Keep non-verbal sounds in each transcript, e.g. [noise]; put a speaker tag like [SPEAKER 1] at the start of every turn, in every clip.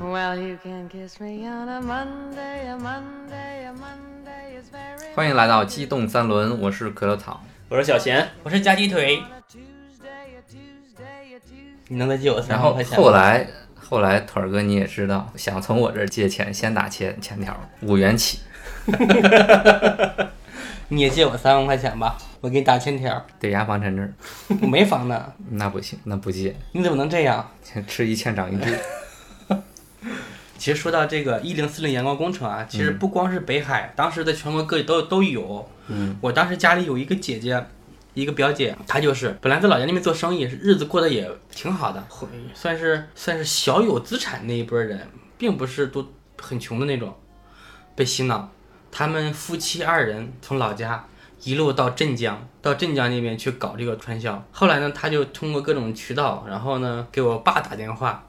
[SPEAKER 1] Well, you can kiss me on a Monday, a Monday, a Monday is very
[SPEAKER 2] 欢迎来到机动三轮，我是可乐草。
[SPEAKER 3] 嗯
[SPEAKER 4] 我是小贤，
[SPEAKER 3] 我是夹鸡腿，
[SPEAKER 1] on a Tuesday, a Tuesday, a Tuesday.
[SPEAKER 4] 你能再借我三
[SPEAKER 2] 然
[SPEAKER 4] 万
[SPEAKER 2] 后
[SPEAKER 4] 块钱吗？
[SPEAKER 2] 后来后来，腿儿哥你也知道，想从我这儿借钱，先打钱欠条，五元起。
[SPEAKER 4] 你也借我三万块钱吧，我给你打欠条，
[SPEAKER 2] 得押房产证，
[SPEAKER 4] 我没房呢，
[SPEAKER 2] 那不行，那不借， [laughs]
[SPEAKER 4] 你怎么能这样？
[SPEAKER 2] 吃一堑长一
[SPEAKER 3] 哎
[SPEAKER 2] 智。
[SPEAKER 4] 其实说到这个一零四零阳光工程啊，其实不光是北海，当时在全国各地都都有。
[SPEAKER 2] 嗯，
[SPEAKER 4] 我当时家里有一个姐姐，一个表姐，她就是本来在老家那边做生意，日子过得也挺好的，会算是算是小有资产那一波人，并不是都很穷的那种。被洗脑，他们夫妻二人从老家一路到镇江，到镇江那边去搞这个传销。后来呢，他就通过各种渠道，然后呢给我爸打电话，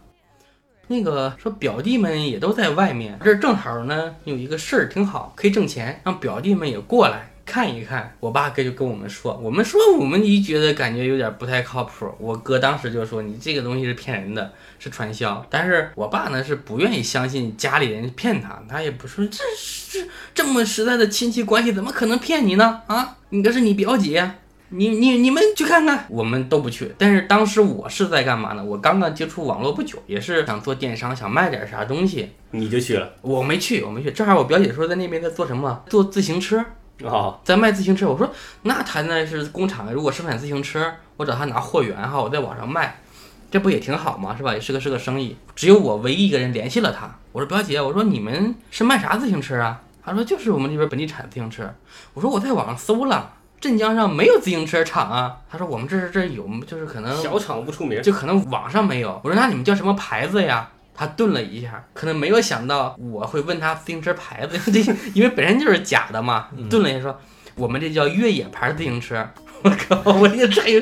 [SPEAKER 4] 那个说表弟们也都在外面，这儿正好呢有一个事儿挺好，可以挣钱，让表弟们也过来看一看。我爸哥就跟我们说，我们说我们一觉得感觉有点不太靠谱。我哥当时就说你这个东西是骗人的，是传销。但是我爸呢是不愿意相信家里人骗他，他也不说这是这么实在的亲戚关系，怎么可能骗你呢？啊，你这是你表姐。啊你你你们去看看，我们都不去。但是当时我是在干嘛呢？我刚刚接触网络不久，也是想做电商，想卖点啥东西。
[SPEAKER 3] 你就去了
[SPEAKER 4] 我没去，我没去。正好我表姐说在那边在做什么，做自行车，
[SPEAKER 3] 哦，
[SPEAKER 4] 在卖自行车。我说那他那是工厂，如果生产自行车，我找他拿货源哈，我在网上卖，这不也挺好吗？是吧？也是个是个生意。只有我唯一一个人联系了他，我说表姐，啊我说你们是卖啥自行车啊？他说就是我们这边本地产自行车。我说我在网上搜了。镇江上没有自行车厂啊，他说我们这儿这儿有，就是
[SPEAKER 2] 嗯
[SPEAKER 4] 可能
[SPEAKER 3] 小厂不出名，
[SPEAKER 4] 就可能网上没有。我说那你们叫什么牌子呀？他顿了一下，可能没有想到我会问他自行车牌子， [laughs] 这因为本身就是假的嘛。顿了一下说，我们这叫越野牌自行车。 [laughs] 我靠，我这个还有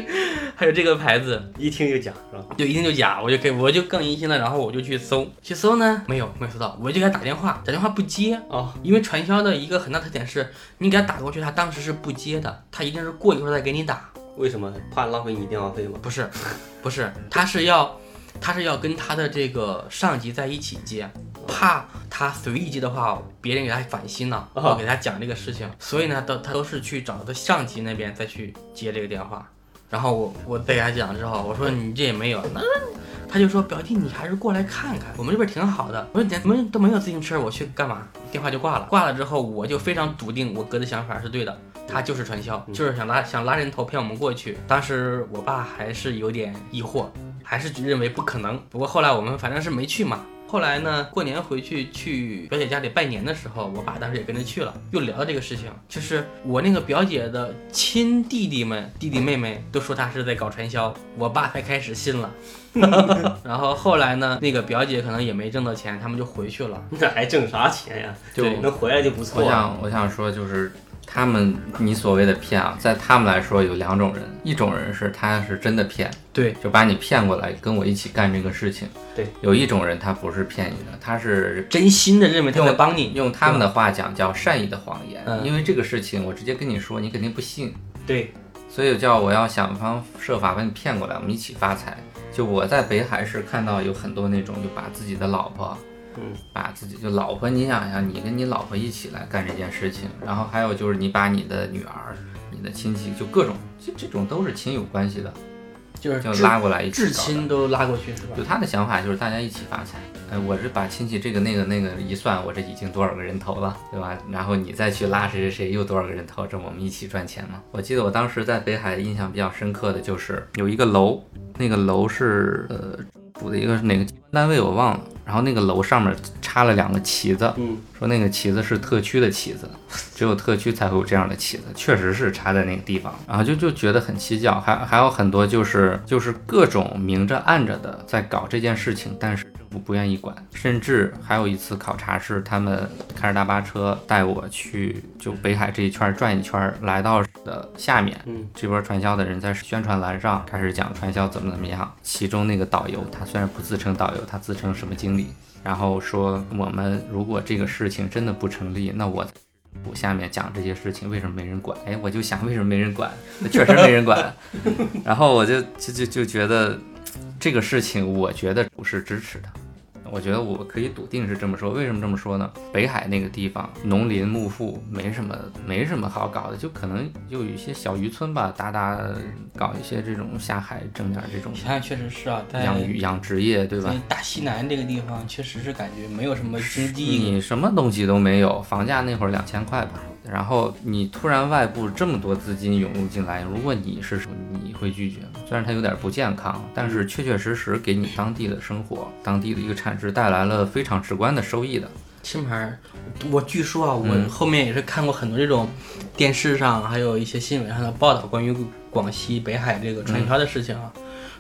[SPEAKER 4] 还有这个牌子，
[SPEAKER 3] 一听就假是吧？
[SPEAKER 4] 就一定就假，我就给我就更疑心了，然后我就去搜，去搜呢没有没有搜到，我就给他打电话，打电话不接，
[SPEAKER 3] 哦，
[SPEAKER 4] 因为传销的一个很大特点是，你给他打过去，他当时是不接的，他一定是过一会儿再给你打。
[SPEAKER 3] 为什么怕浪费你电话费吗？ [laughs]
[SPEAKER 4] 不是，不是，他是要，他是要跟他的这个上级在一起接，怕他随意接的话，别人给他反心了，
[SPEAKER 3] 啊
[SPEAKER 4] 我给他讲这个事情，所以呢，都他都是去找他上级那边再去接这个电话。然后我我再给他讲之后，我说你这也没有，那他就说表弟你还是过来看看，我们这边挺好的。我说你们都没有自行车，我去干嘛？电话就挂了。挂了之后，我就非常笃定我哥的想法是对的，他就是传销，
[SPEAKER 2] 嗯
[SPEAKER 4] 就是想拉想拉人头骗我们过去。当时我爸还是有点疑惑，还是认为不可能。不过后来我们反正是没去嘛。后来呢，过年回去去表姐家里拜年的时候，我爸当时也跟着去了，又聊到这个事情，就是我那个表姐的亲弟弟们、弟弟妹妹都说她是在搞传销，我爸才开始
[SPEAKER 2] [laughs]
[SPEAKER 4] 信了。然后后来呢，那个表姐可能也没挣到钱，他们就回去了。
[SPEAKER 3] 那还挣啥钱呀？
[SPEAKER 2] 就
[SPEAKER 4] 对
[SPEAKER 3] 能回来就不
[SPEAKER 2] 我
[SPEAKER 3] 错了。
[SPEAKER 2] 想我想说，就是他们你所谓的骗啊，在他们来说有两种人，一种人是他是真的骗，
[SPEAKER 4] 对，
[SPEAKER 2] 就把你骗过来跟我一起干这个事情。
[SPEAKER 3] 对，
[SPEAKER 2] 有一种人他不是骗你的，他是
[SPEAKER 4] 真心的认为他在帮你。
[SPEAKER 2] 用他们的话讲叫善意的谎言，
[SPEAKER 4] 嗯
[SPEAKER 2] 因为这个事情我直接跟你说，你肯定不信，
[SPEAKER 3] 对，
[SPEAKER 2] 所以叫我要想方设法把你骗过来，我们一起发财。就我在北海市看到有很多那种，就把自己的老婆，
[SPEAKER 3] 嗯，
[SPEAKER 2] 把自己就老婆，你想想，你跟你老婆一起来干这件事情，然后还有就是你把你的女儿、你的亲戚，就各种这这种都是亲友关系的，
[SPEAKER 4] 就是
[SPEAKER 2] 就
[SPEAKER 4] 至
[SPEAKER 2] 拉过来一起
[SPEAKER 4] 至
[SPEAKER 2] 搞的
[SPEAKER 4] 亲都拉过去是吧
[SPEAKER 2] 就？他的想法就是大家一起发财。哎，我这把亲戚这个那个那个一算，我这已经多少个人头了，对吧？然后你再去拉谁谁谁又多少个人头，这我们一起赚钱嘛。我记得我当时在北海印象比较深刻的就是有一个楼，那个楼是呃主的一个是哪个单位我忘了，然后那个楼上面插了两个旗子，
[SPEAKER 3] 嗯，
[SPEAKER 2] 说那个旗子是特区的旗子，只有特区才会有这样的旗子，确实是插在那个地方，然后就就觉得很蹊跷，还还有很多就是就是各种明着暗着的在搞这件事情，但是政府不愿意管，甚至还有一次考察是他们开着大巴车带我去就北海这一圈转一圈，来到的下面
[SPEAKER 3] 嗯
[SPEAKER 2] 这波传销的人在宣传栏上开始讲传销怎么怎么样，其中那个导游他虽然不自称导游，他自称什么经理，然后说我们如果这个事情真的不成立，那我。我下面讲这些事情为什么没人管？哎，我就想为什么没人管？那确实没人管。然后我就就就就觉得这个事情，我觉得不是支持的。我觉得我可以笃定是这么说。为什么这么说呢？北海那个地方农林牧副没什么没什么好搞的，就可能就有一些小渔村吧，打打搞一些这种下海挣点这种
[SPEAKER 4] 想想确实是啊，在
[SPEAKER 2] 养鱼养殖业，对吧
[SPEAKER 4] 在？大西南这个地方，确实是感觉没有什么经济。
[SPEAKER 2] 你什么东西都没有，房价那会儿两千块吧。然后你突然外部这么多资金涌入进来，如果你是你会拒绝吗？虽然它有点不健康，但是确确实实给你当地的生活、当地的一个产值带来了非常直观的收益的。
[SPEAKER 4] 新牌儿，我据说啊，我
[SPEAKER 2] 嗯
[SPEAKER 4] 后面也是看过很多这种电视上还有一些新闻上的报道，关于广西北海这个传
[SPEAKER 2] 嗯
[SPEAKER 4] 销的事情啊，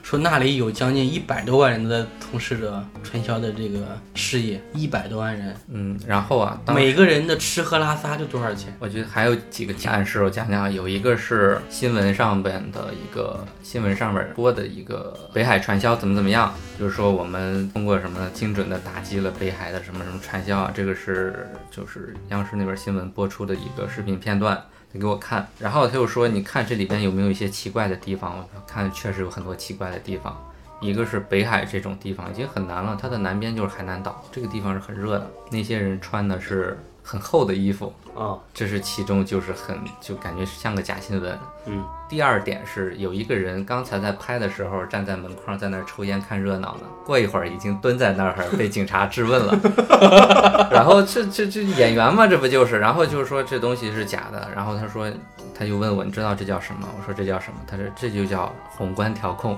[SPEAKER 4] 说那里有将近一百多万人的从事着传销的这个事业，一百多万人，
[SPEAKER 2] 嗯，然后啊，当
[SPEAKER 4] 每个人的吃喝拉撒就多少钱？
[SPEAKER 2] 我觉得还有几个暗示，我讲讲。有一个是新闻上边的一个新闻上面播的一个北海传销怎么怎么样，就是说我们通过什么精准的打击了北海的什么什么传销啊，这个是就是央视那边新闻播出的一个视频片段。他给我看，然后他又说：“你看这里边有没有一些奇怪的地方？”我看确实有很多奇怪的地方，一个是北海这种地方已经很难了，它的南边就是海南岛，这个地方是很热的，那些人穿的是很厚的衣服，
[SPEAKER 3] 啊，
[SPEAKER 2] 这是其中就是很就感觉像个假新闻。
[SPEAKER 3] 嗯，
[SPEAKER 2] 第二点是有一个人刚才在拍的时候站在门框在那儿抽烟看热闹呢，过一会儿已经蹲在那儿被警察质问了。然后这这这演员嘛，这不就是？然后就是说这东西是假的。然后他说他就问我你知道这叫什么？我说这叫什么？他说这就叫宏观调控。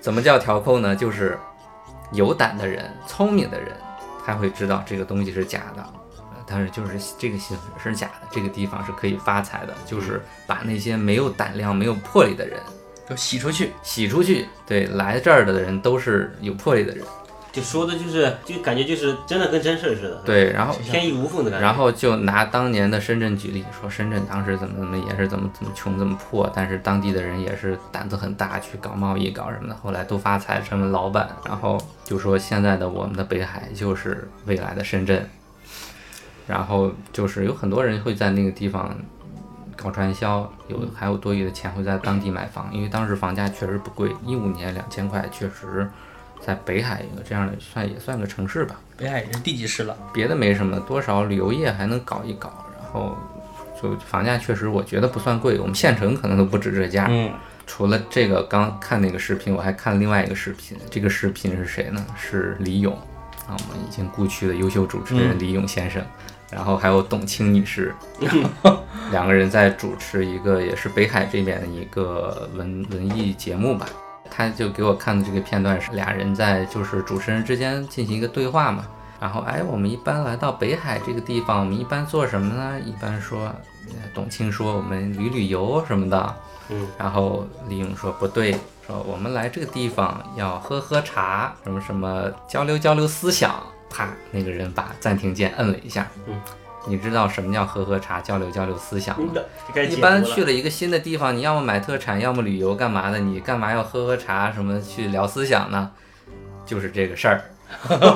[SPEAKER 2] 怎么叫调控呢？就是有胆的人、聪明的人，他会知道这个东西是假的。呃但是就是这个新闻是假的，这个地方是可以发财的，就是把那些没有胆量、没有魄力的人
[SPEAKER 4] 就洗出去，
[SPEAKER 2] 洗出去。对，来这儿的人都是有魄力的人。
[SPEAKER 3] 就说的就是就感觉就是真的跟真事儿似的，，
[SPEAKER 2] 对，然后
[SPEAKER 3] 天衣无缝的感觉。
[SPEAKER 2] 然后就拿当年的深圳举例，说深圳当时怎么怎么也是怎么怎么穷怎么破，但是当地的人也是胆子很大，去搞贸易搞什么的，后来都发财成了老板。然后就说现在的我们的北海就是未来的深圳，然后就是有很多人会在那个地方搞传销，有还有多余的钱会在当地买房，因为当时房价确实不贵，一五年两千块确实。在北海有这样的算也算个城市吧，
[SPEAKER 4] 北海是地级市了。啊
[SPEAKER 2] 别的没什么，多少旅游业还能搞一搞，然后就房价确实我觉得不算贵，我们县城可能都不止这价。
[SPEAKER 4] 嗯，
[SPEAKER 2] 除了这个，刚看那个视频，我还看了另外一个视频，这个视频是谁呢？是李咏啊，我们已经故去的优秀主持人李咏先生，然后还有董卿女士，两个人在主持一个也是北海这边的一个文文艺节目吧。他就给我看的这个片段是俩人在就是主持人之间进行一个对话嘛，然后哎，我们一般来到北海这个地方，我们一般做什么呢？一般说，呃董卿说我们旅旅游什么的，
[SPEAKER 3] 嗯，
[SPEAKER 2] 然后李勇说不对，说我们来这个地方要喝喝茶，什么什么交流交流思想，啪，那个人把暂停键摁了一下，
[SPEAKER 3] 嗯，
[SPEAKER 2] 你知道什么叫喝喝茶，交流交流思想吗
[SPEAKER 3] 嗯？的，这该
[SPEAKER 2] 一
[SPEAKER 3] 解读
[SPEAKER 2] 般去
[SPEAKER 3] 了
[SPEAKER 2] 了一个新的地方，你要么买特产，要么旅游，干嘛的？你干嘛要喝喝茶，什么去聊思想呢？就是这个事儿。 [laughs]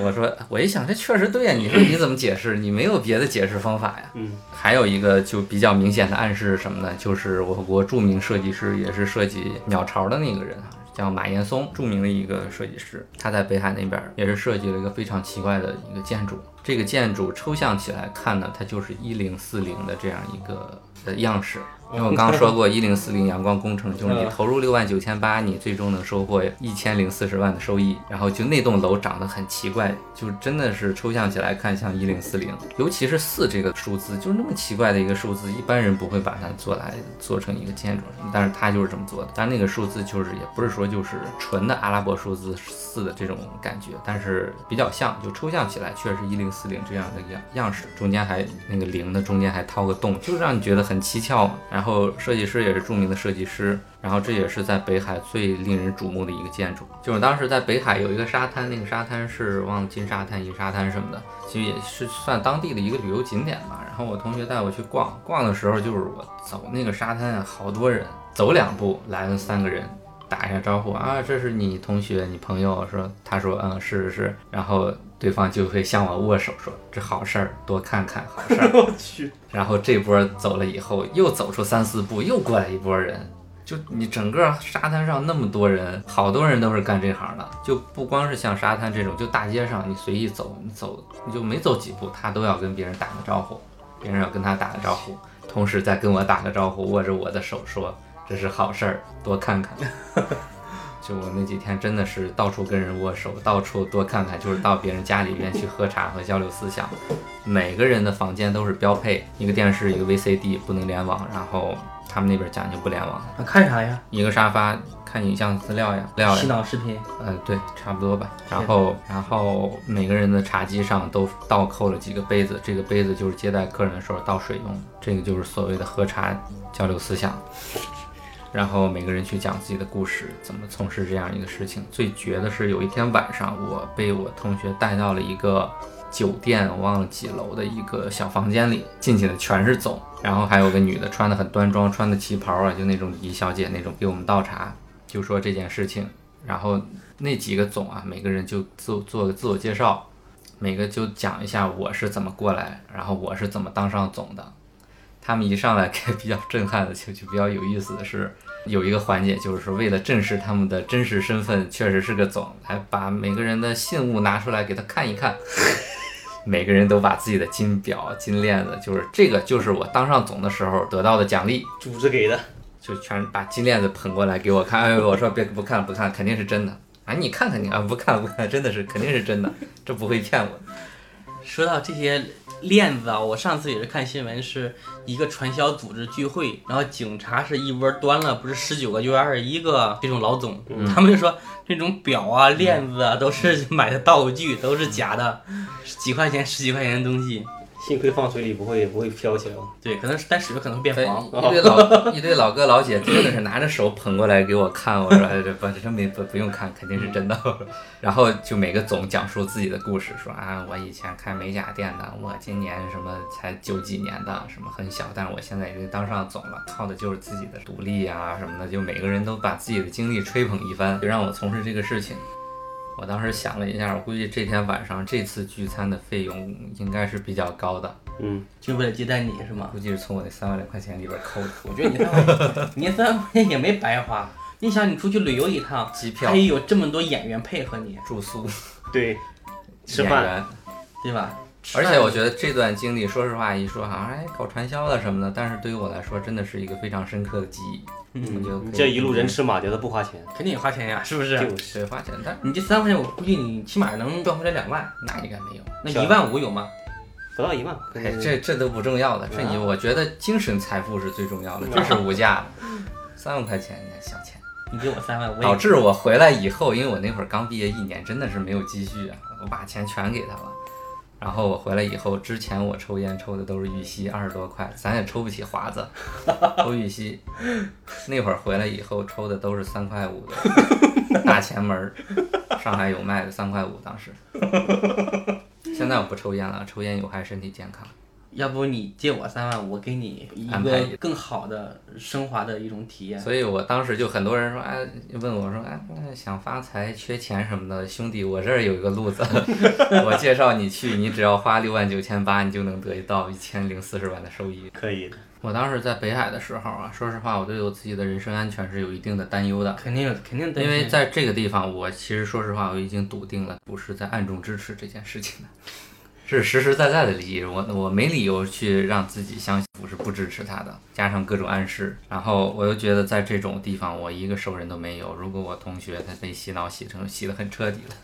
[SPEAKER 2] 我说，我一想，这确实对呀、你说你怎么解释？你没有别的解释方法呀。
[SPEAKER 3] 嗯
[SPEAKER 2] 还有一个就比较明显的暗示是什么呢？就是我国著名设计师，也是设计鸟巢的那个人啊，叫马岩松，著名的一个设计师。他在北海那边儿也是设计了一个非常奇怪的一个建筑。这个建筑抽象起来看呢，它就是一零四零的这样一个呃样式。因为我刚刚说过，一零四零阳光工程就是你投入六万九千八，你最终能收获一千零四十万的收益。然后就那栋楼长得很奇怪，就真的是抽象起来看像一零四零，尤其是四这个数字，就是那么奇怪的一个数字，一般人不会把它做来做成一个建筑什么，但是他就是这么做的。但那个数字就是也不是说就是纯的阿拉伯数字四的这种感觉，但是比较像，就抽象起来确实一零四零这样的样样式，中间还那个零的中间还掏个洞，就让你觉得很蹊跷。然后设计师也是著名的设计师，然后这也是在北海最令人瞩目的一个建筑，就是当时在北海有一个沙滩，那个沙滩是忘了金沙滩、银沙滩什么的，其实也是算当地的一个旅游景点吧。然后我同学带我去逛，逛的时候就是我走那个沙滩啊，好多人，走两步来了三个人，打一下招呼啊，这是你同学、你朋友，说他说嗯是是是，然后对方就会向我握手说这好事儿，多看看好事儿。
[SPEAKER 4] [laughs] 我去，
[SPEAKER 2] 然后这波走了以后，又走出三四步，又过来一波人。就你整个沙滩上那么多人，好多人都是干这行的，就不光是像沙滩这种，就大街上你随意走，你走你就没走几步，他都要跟别人打个招呼，别人要跟他打个招呼，同时再跟我打个招呼，握着我的手说这是好事儿，多看看。就我那几天真的是到处跟人握手，到处多看看，就是到别人家里边去喝茶和交流思想。每个人的房间都是标配，一个电视，一个 VCD，不能联网，然后他们那边讲究不联网，
[SPEAKER 4] 啊看啥呀？
[SPEAKER 2] 一个沙发看影像资料呀，料呀
[SPEAKER 4] 洗，脑视频，
[SPEAKER 2] 嗯、对，差不多吧。然后，然后每个人的茶几上都倒扣了几个杯子，这个杯子就是接待客人的时候倒水用的，这个就是所谓的喝茶交流思想。然后每个人去讲自己的故事，怎么从事这样一个事情。最绝的是有一天晚上，我被我同学带到了一个酒店，我忘了几楼的一个小房间里，进去的全是总，然后还有个女的穿的很端庄，穿的旗袍啊，就那种礼仪小姐那种，给我们倒茶，就说这件事情。然后那几个总啊，每个人就自做个自我介绍，每个就讲一下我是怎么过来，然后我是怎么当上总的。他们一上来给比较震撼的，就就比较有意思的是，有一个环节就是为了证实他们的真实身份确实是个总，还把每个人的信物拿出来给他看一看。 [laughs] 每个人都把自己的金表、金链子，就是这个，就是我当上总的时候得到的奖励。
[SPEAKER 3] 组织给的，
[SPEAKER 2] 就全把金链子捧过来给我看， [laughs] 哎呦，我说别不看了不看了，肯定是真的。哎，你看看你啊，不看了不看了，真的是肯定是真的，这不会骗我。
[SPEAKER 4] 说到这些链子啊，我上次也是看新闻，是一个传销组织聚会，然后警察是一窝端了，不是十九个就是二十一个这种老总，
[SPEAKER 2] 嗯
[SPEAKER 4] 他们就说这种表啊、链子啊都是买的道具，都是假的，几块钱、十几块钱的东西。
[SPEAKER 3] 幸亏放水里不会不会飘起来。
[SPEAKER 4] 对，可能是但水可能会
[SPEAKER 2] [laughs] 对
[SPEAKER 4] 变黄。
[SPEAKER 2] 一堆老一堆老哥老姐真的是拿着手捧过来给我看，我说哎这不这没不不用看，肯定是真的。 [laughs] 然后就每个总讲述自己的故事，说啊我以前开美甲店的，我今年什么才九几年的，什么很小，但是我现在已经当上总了，靠的就是自己的独立啊什么的，就每个人都把自己的经历吹捧一番，就让我从事这个事情。我当时想了一下，我估计这天晚上这次聚餐的费用应该是比较高的，
[SPEAKER 3] 嗯，
[SPEAKER 4] 就为了接待你是吗？
[SPEAKER 2] 估计是从我那三万两块钱里边扣的。
[SPEAKER 4] 我觉得你三万，你那三万块钱也没白花。你想，你出去旅游一趟，
[SPEAKER 2] 机 [laughs] 票
[SPEAKER 4] 他也有这么多演员配合你，
[SPEAKER 2] 住宿、
[SPEAKER 3] 对， [laughs] 吃
[SPEAKER 2] 演
[SPEAKER 3] 饭
[SPEAKER 2] 员，
[SPEAKER 4] 对吧？
[SPEAKER 2] 而且我觉得这段经历，说实话，一说好像哎搞传销了什么的，但是对于我来说，真的是一个非常深刻的记忆。我觉得
[SPEAKER 3] 嗯你这一路人吃马嚼的不花钱，
[SPEAKER 4] 肯定也花钱呀，是不
[SPEAKER 2] 啊
[SPEAKER 4] 是？
[SPEAKER 3] 就是
[SPEAKER 2] 谁花钱，但是
[SPEAKER 4] 你这三万块钱，我估计你起码能赚回来两万，
[SPEAKER 2] 那应该没有。
[SPEAKER 4] 那
[SPEAKER 3] 是啊
[SPEAKER 4] 一万五有吗？
[SPEAKER 3] 不到一万。
[SPEAKER 2] 哎，这这都不重要的，这你我觉得精神财富是最重要的，这是无价的。三万块钱也小钱，
[SPEAKER 4] 你给我三万，我
[SPEAKER 2] 导
[SPEAKER 4] 也
[SPEAKER 2] 致我回来以后，因为我那会儿刚毕业一年，真的是没有积蓄啊，我把钱全给他了。然后我回来以后，之前我抽烟抽的都是玉溪，二十多块，咱也抽不起华子， [laughs] 抽玉溪。那会儿回来以后抽的都是三块五
[SPEAKER 4] [laughs]
[SPEAKER 2] 的大前门儿，上海有卖的三块五，当时。现在我不抽烟了，抽烟有害身体健康。
[SPEAKER 4] 要不你借我三万，我给你一
[SPEAKER 2] 安排一
[SPEAKER 4] 个更好的升华的一种体验。
[SPEAKER 2] 所以我当时就很多人说，哎，问我说，哎，那想发财、缺钱什么的，兄弟，我这儿有一个路子， [laughs] 我介绍你去，你只要花六万九千八，你就能得到一千零四十万的收益。
[SPEAKER 3] 可以的，
[SPEAKER 2] 我当时在北海的时候啊，说实话，我对我自己的人身安全是有一定的担忧的，
[SPEAKER 4] 肯定有，肯定得
[SPEAKER 2] 因为在这个地方，我其实说实话，我已经笃定了，不是在暗中支持这件事情的，是实实在在的利益。我我没理由去让自己相信我是不支持他的，加上各种暗示，然后我又觉得在这种地方，我一个熟人都没有。如果我同学他被洗脑洗成洗得很彻底了。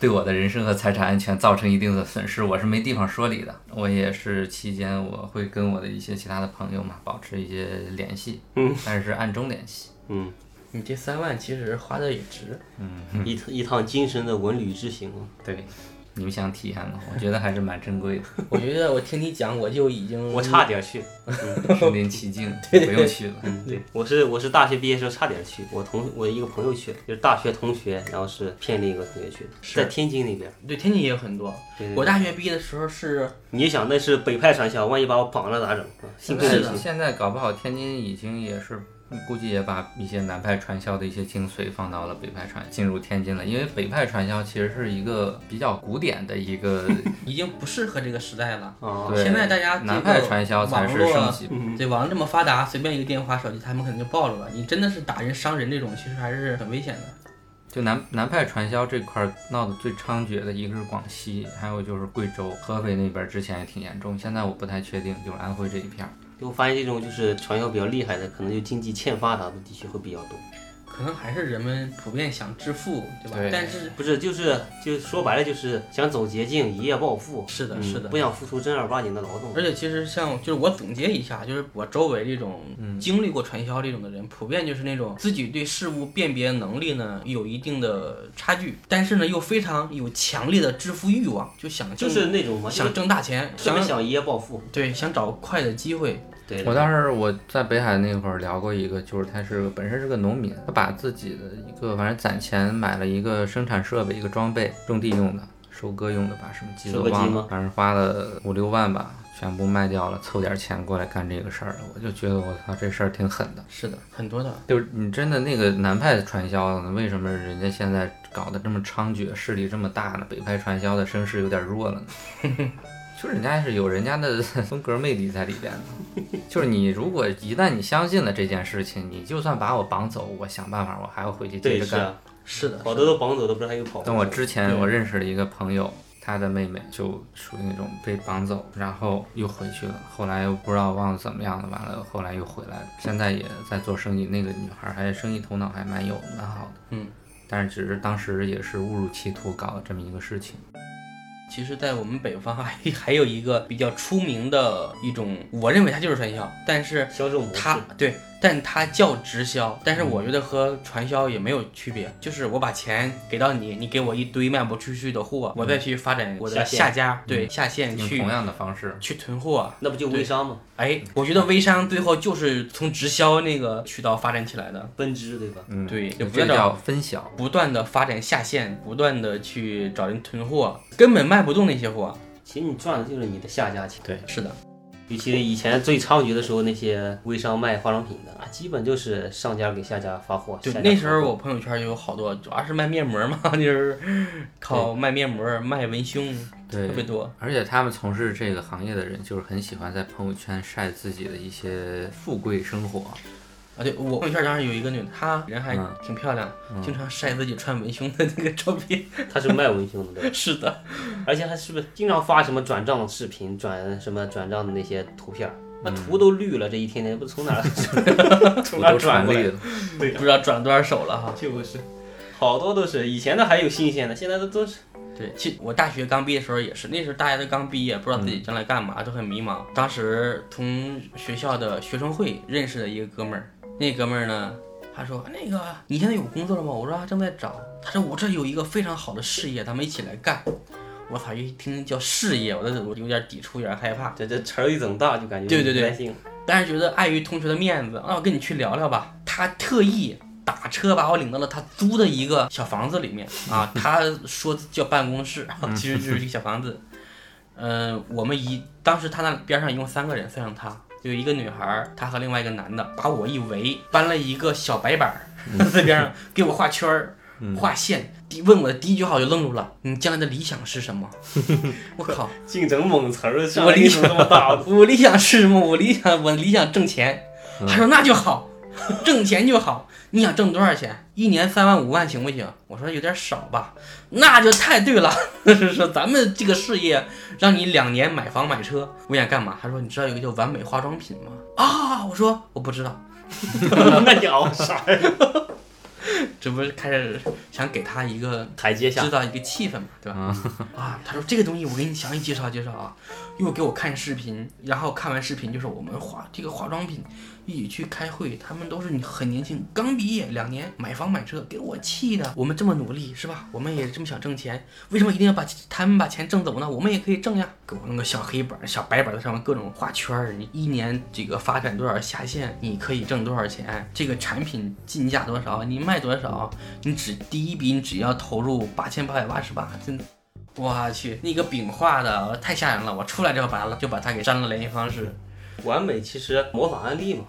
[SPEAKER 2] 对我的人身和财产安全造成一定的损失，我是没地方说理的。我也是期间我会跟我的一些其他的朋友嘛保持一些联系，
[SPEAKER 3] 嗯，
[SPEAKER 2] 但是暗中联系。
[SPEAKER 3] 嗯，
[SPEAKER 4] 你这三万其实花的也值。
[SPEAKER 2] 嗯
[SPEAKER 3] 一一趟精神的文旅之行啊，
[SPEAKER 2] 对，你们想体验吗？我觉得还是蛮珍贵的，
[SPEAKER 4] 我觉得我听你讲，我就已经
[SPEAKER 2] [laughs] 嗯
[SPEAKER 3] 我差点去，
[SPEAKER 4] [laughs]
[SPEAKER 2] 身临其境，不用去了。
[SPEAKER 3] 嗯，对，我是我是大学毕业时候差点去，我同我一个朋友去，就是大学同学，然后是骗另一个同学去的，在天津那边。
[SPEAKER 4] 对天津也有很多。
[SPEAKER 3] 对对
[SPEAKER 4] 我大学毕业的时候是
[SPEAKER 3] 你想那是北派传销，万一把我绑了咋整？啊信不
[SPEAKER 2] 现
[SPEAKER 3] 信
[SPEAKER 2] 在
[SPEAKER 3] 信？
[SPEAKER 2] 现在搞不好天津已经也是，估计也把一些南派传销的一些精髓放到了北派传，进入天津了。因为北派传销其实是一个比较古典的一
[SPEAKER 4] [laughs]
[SPEAKER 2] 个，
[SPEAKER 4] 已经不适合这个时代了。
[SPEAKER 3] 啊，
[SPEAKER 2] 哦对，
[SPEAKER 4] 现在大家这个
[SPEAKER 2] 南派传销才是
[SPEAKER 4] 网
[SPEAKER 2] 盛
[SPEAKER 4] 络嗯
[SPEAKER 2] 起。
[SPEAKER 4] 对，网络这么发达，随便一个电话、手机，他们可能就暴露了。你真的是打人、伤人这种，其实还是很危险的。
[SPEAKER 2] 就南南派传销这块儿闹得最猖獗的一个是广西，还有就是贵州、合肥那边儿之前也挺严重，现在我不太确定，就是安徽这一片儿。
[SPEAKER 3] 就发现这种就是传销比较厉害的，可能就经济欠发达的地区会比较多。
[SPEAKER 4] 可能还是人们普遍想致富，对吧？
[SPEAKER 2] 对
[SPEAKER 4] 但是
[SPEAKER 3] 不是，就是就说白了，就是想走捷径，一夜暴富。
[SPEAKER 4] 是的
[SPEAKER 3] 嗯
[SPEAKER 4] 是的
[SPEAKER 3] 不想付出正儿八经的劳动
[SPEAKER 4] 而。且其实像就是我总结一下，就是我周围这种经历过传销这种的人，普遍就是那种自己对事物辨别能力呢有一定的差距，但是呢又非常有强烈的致富欲望，就想
[SPEAKER 3] 就
[SPEAKER 4] 挣
[SPEAKER 3] 是那种嘛，
[SPEAKER 4] 想
[SPEAKER 3] 就
[SPEAKER 4] 挣大钱，
[SPEAKER 3] 特别
[SPEAKER 4] 想
[SPEAKER 3] 想一夜暴富。
[SPEAKER 4] 对想找快的机会，
[SPEAKER 3] 对
[SPEAKER 2] 我当时我在北海那会儿聊过一个，就是他是本身是个农民，他把自己的一个反正攒钱买了一个生产设备、一个装备，种地用的、收割用的吧，什么鸡
[SPEAKER 3] 收
[SPEAKER 2] 都
[SPEAKER 3] 割机
[SPEAKER 2] 忘了
[SPEAKER 3] 吗，
[SPEAKER 2] 反正花了五六万吧，全部卖掉了，凑点钱过来干这个事儿了。我就觉得我操，这事儿挺狠的。
[SPEAKER 4] 是的，很多的。
[SPEAKER 2] 就是你真的那个南派传销，为什么人家现在搞得这么猖獗，势力这么大呢？北派传销的声势有点弱了呢。 [laughs] 就是人家是有人家的 [laughs] 风格魅力在里边的。就是你如果一旦你相信了这件事情，你就算把我绑走，我想办法，我还要回去接
[SPEAKER 3] 对
[SPEAKER 2] 着
[SPEAKER 3] 是
[SPEAKER 2] 干。
[SPEAKER 3] 啊，
[SPEAKER 4] 是的，
[SPEAKER 3] 好多都绑走都不知道还有跑。
[SPEAKER 2] 但我之前
[SPEAKER 4] 对
[SPEAKER 2] 我认识了一个朋友，他的妹妹就属于那种被绑走，然后又回去了，后来又不知道忘了怎么样了，完了后来又回来了，现在也在做生意。那个女孩还生意头脑还蛮有蛮好的，
[SPEAKER 4] 嗯，
[SPEAKER 2] 但是只是当时也是误入歧途搞了这么一个事情。
[SPEAKER 4] 其实，在我们北方还还有一个比较出名的一种，我认为它就是传销，但是
[SPEAKER 3] 销售模式，
[SPEAKER 4] 它对，但它叫直销，但是我觉得和传销也没有区别，就是我把钱给到你，你给我一堆卖不出去的货，我再去发展我的
[SPEAKER 3] 下线
[SPEAKER 4] 下家，对下线
[SPEAKER 2] 用
[SPEAKER 4] 去
[SPEAKER 2] 同样的方式，
[SPEAKER 4] 去囤货。
[SPEAKER 3] 那不就微商吗？
[SPEAKER 4] 哎，我觉得微商最后就是从直销那个渠道发展起来的，
[SPEAKER 3] 分支对吧？
[SPEAKER 2] 嗯，
[SPEAKER 4] 对
[SPEAKER 2] 就
[SPEAKER 4] 就不
[SPEAKER 2] 这
[SPEAKER 4] 要
[SPEAKER 2] 叫分销。
[SPEAKER 4] 不断的发展下线，不断的去找人囤货，根本卖不动那些货。
[SPEAKER 3] 其实你赚的就是你的下家钱。
[SPEAKER 2] 对，
[SPEAKER 4] 是的，
[SPEAKER 3] 尤其以前最猖獗的时候，那些微商卖化妆品的，啊，基本就是上家给下家发货。
[SPEAKER 4] 对
[SPEAKER 3] 下，家
[SPEAKER 4] 那时
[SPEAKER 3] 发
[SPEAKER 4] 候
[SPEAKER 3] 货
[SPEAKER 4] 我朋友圈有好多，主要是卖面膜嘛， [laughs] 就是靠卖面膜、卖文胸，
[SPEAKER 2] 对
[SPEAKER 4] 特别多。
[SPEAKER 2] 而且他们从事这个行业的人，就是很喜欢在朋友圈晒自己的一些富贵生活。
[SPEAKER 4] 啊，对我朋友圈当时有一个女，她人还
[SPEAKER 2] 嗯
[SPEAKER 4] 挺漂亮，经常晒自己穿文胸的那个照片。
[SPEAKER 3] 他是卖文胸的，对吧 [laughs]
[SPEAKER 4] 是的，
[SPEAKER 3] 而且还是不是经常发什么转账视频、转什么转账的那些图片儿，那
[SPEAKER 4] 嗯
[SPEAKER 3] 图都绿了，这一天天不从哪儿 [laughs] 从
[SPEAKER 2] 我
[SPEAKER 3] 哪儿
[SPEAKER 2] 都
[SPEAKER 3] 转
[SPEAKER 2] 传
[SPEAKER 3] 过来
[SPEAKER 2] 累？了，
[SPEAKER 4] 不知道转了多少手了哈。
[SPEAKER 3] 就是，好多都是以前的还有新鲜的，现在的都是
[SPEAKER 4] 对，其实我大学刚毕业的时候也是，那时候大家都刚毕业，不知道
[SPEAKER 2] 嗯
[SPEAKER 4] 自己将来干嘛，都很迷茫。当时从学校的学生会认识的一个哥们儿，那哥们儿呢，他说那个你现在有工作了吗？我说啊正在找。他说我这有一个非常好的事业，咱们一起来干。我操，一听叫事业，我这我有点抵触，有点害怕。
[SPEAKER 3] 这这词儿一整大就感觉
[SPEAKER 4] 啊对对对
[SPEAKER 3] 不太信
[SPEAKER 4] 但是觉得碍于同学的面子，那我跟你去聊聊吧。他特意打车把我领到了他租的一个小房子里面啊，他说叫办公室，其实就是一个小房子。嗯、我们一当时他那边上一共三个人，算上他，有一个女孩儿，他和另外一个男的，把我一围，搬了一个小白板儿在边上给我画圈儿。画线，第问我的第一句话我就愣住了，你将来的理想是什么？我靠，
[SPEAKER 3] 净整猛词儿，上
[SPEAKER 4] 我
[SPEAKER 3] 来
[SPEAKER 4] 理，
[SPEAKER 3] 一手这么大
[SPEAKER 4] 我理想是什么？我理想，我理想挣钱。他说那就好，挣钱就好。你想挣多少钱？一年三万五万行不行？我说有点少吧，那就太对了。 [laughs] 是说咱们这个事业，让你两年买房买车，我想干嘛？他说你知道有一个叫完美化妆品吗？啊，我说我不知道，
[SPEAKER 3] [laughs] 那你熬啥呀？
[SPEAKER 4] 这不是开始想给他一个
[SPEAKER 3] 台阶下
[SPEAKER 4] 制，造一个气氛嘛，对吧？ [laughs] 啊，他说这个东西我给你详细介绍介绍啊，又给我看视频，然后看完视频就是我们化这个化妆品一起去开会，他们都是很年轻，刚毕业两年，买房买车，给我气的。我们这么努力是吧？我们也这么想挣钱，为什么一定要把他们把钱挣走呢？我们也可以挣呀。给我弄个小黑板、小白板在上面各种画圈儿，你一年这个发展多少下线，你可以挣多少钱，这个产品进价多少，你卖多少，你只第一笔你只要投入八千八百八十八，真我去，那个饼画的太吓人了，我出来之后把它就把它给删了联系方式。
[SPEAKER 3] 完美其实模仿案例嘛，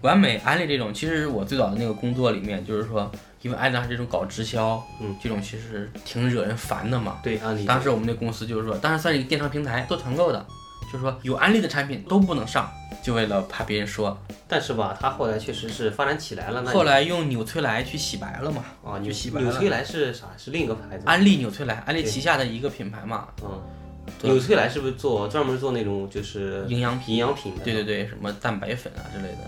[SPEAKER 4] 完美安利这种，其实我最早的那个工作里面，就是说，因为安利当时这种搞直销，
[SPEAKER 3] 嗯，
[SPEAKER 4] 这种其实挺惹人烦的嘛。
[SPEAKER 3] 对案例。
[SPEAKER 4] 当时我们那公司就是说，当时算是一个电商平台做团购的，就是说有安利的产品都不能上，就为了怕别人说。
[SPEAKER 3] 但是吧，他后来确实是发展起来了。那
[SPEAKER 4] 后来用纽崔莱去洗白了嘛，
[SPEAKER 3] 啊，
[SPEAKER 4] 就
[SPEAKER 3] 纽
[SPEAKER 4] 洗白
[SPEAKER 3] 纽
[SPEAKER 4] 了
[SPEAKER 3] 崔莱是啥？是另一个牌子吗。
[SPEAKER 4] 安利纽崔莱，安利
[SPEAKER 3] 对
[SPEAKER 4] 旗下的一个品牌嘛，
[SPEAKER 3] 嗯，
[SPEAKER 4] 对
[SPEAKER 3] 纽崔莱是不是做专门做那种就是
[SPEAKER 4] 营养品，
[SPEAKER 3] 营养品的？
[SPEAKER 4] 对对对，什么蛋白粉啊之类的，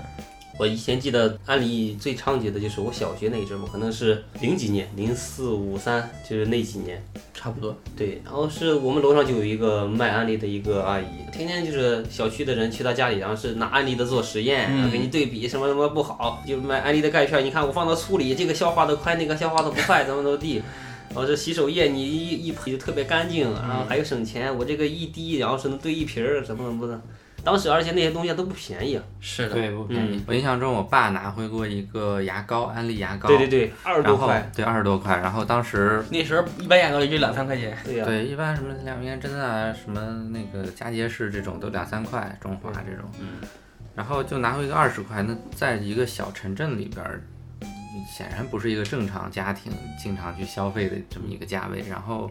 [SPEAKER 3] 我以前记得安利最猖獗的就是我小学那一阵儿嘛，可能是零几年，零四五三，就是那几年。
[SPEAKER 4] 差不多。
[SPEAKER 3] 对，然后是我们楼上就有一个卖安利的一个阿姨，天天就是小区的人去她家里，然后是拿安利的做实验，
[SPEAKER 4] 嗯
[SPEAKER 3] 然后给你对比什么什么不好，就卖安利的钙片，你看我放到醋里，这个消化的快，那个消化的不快，怎么怎么 [laughs] 地。然后这洗手液你一一喷就特别干净，然后还有省钱，我这个一滴，然后是能兑一瓶儿，怎么怎么的。当时而且那些东西都不便宜啊，
[SPEAKER 4] 是的，
[SPEAKER 2] 对，不便宜。嗯我印象中，我爸拿回过一个牙膏，安利牙膏，
[SPEAKER 3] 对对对，二十多
[SPEAKER 2] 然后
[SPEAKER 3] 块，
[SPEAKER 2] 对，二十多块。然后当时
[SPEAKER 4] 那时候一般牙膏也就两三块钱。
[SPEAKER 3] 对呀、啊
[SPEAKER 2] 对一般什么两元真啊，什么那个佳洁士这种都两三块，中华这种，
[SPEAKER 3] 嗯
[SPEAKER 2] 然后就拿回个二十块。那在一个小城镇里边儿，显然不是一个正常家庭经常去消费的这么一个价位。然后